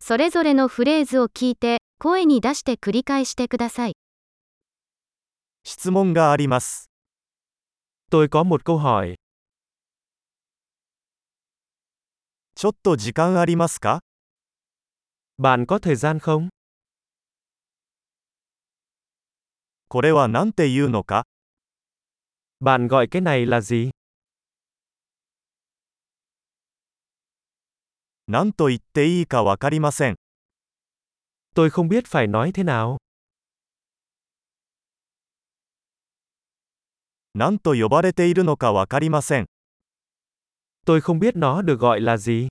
それぞれのフレーズを聞いて、声に出して繰り返してください。質問があります。 Tôi có một câu hỏi, ちょっと時間ありますか bạn có thời gian không? これは何て言うのか Bạn gọi cái này là gì? 何と言っていいかわかりません。 Tôi không biết phải nói thế nào. 何と呼ばれているのかわかりません。 Tôi không biết nó được gọi là gì.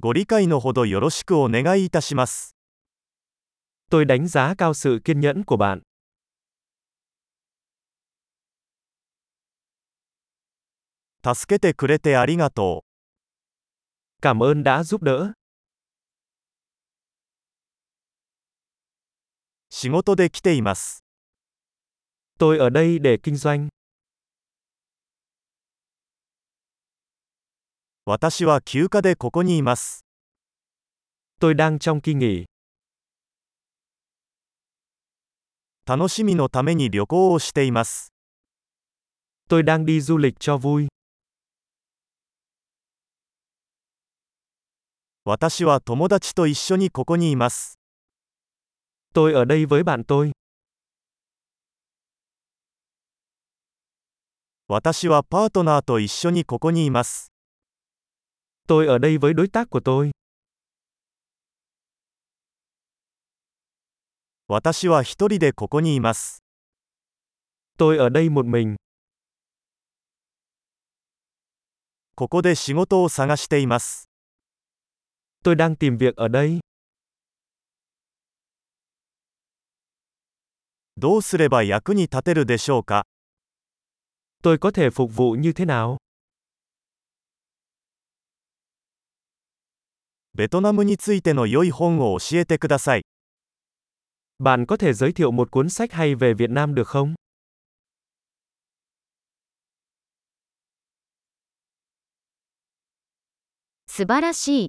ご理解のほどよろしくお願いいたします。 Tôi đánh giá cao sự kiên nhẫn của bạn. 助けてくれてありがとう。 Cảm ơn đã giúp đỡ. 仕事で来ています。 Tôi ở đây để kinh doanh. 私は休暇でここにいます。 Tôi đang trong kỳ nghỉ. 楽しみのために旅行をしています。 Tôi đang đi du lịch cho vui. 私は友達と一緒にここにいます。 Tôi ở đây với bạn tôi. 私はパートナーと一緒にここにいます。 Tôi ở đây với đối tác của tôi. 私は一人でここにいます。 Tôi ở đây một mình. ここで仕事を探しています。 Tôi đang tìm việc ở đây. どうすれば役に立てるでしょうか Tôi có thể phục vụ như thế nào? ベトナムについての良い本を教えてください。 Bạn có thể giới thiệu một cuốn sách hay về Việt Nam được không? 素晴らしい。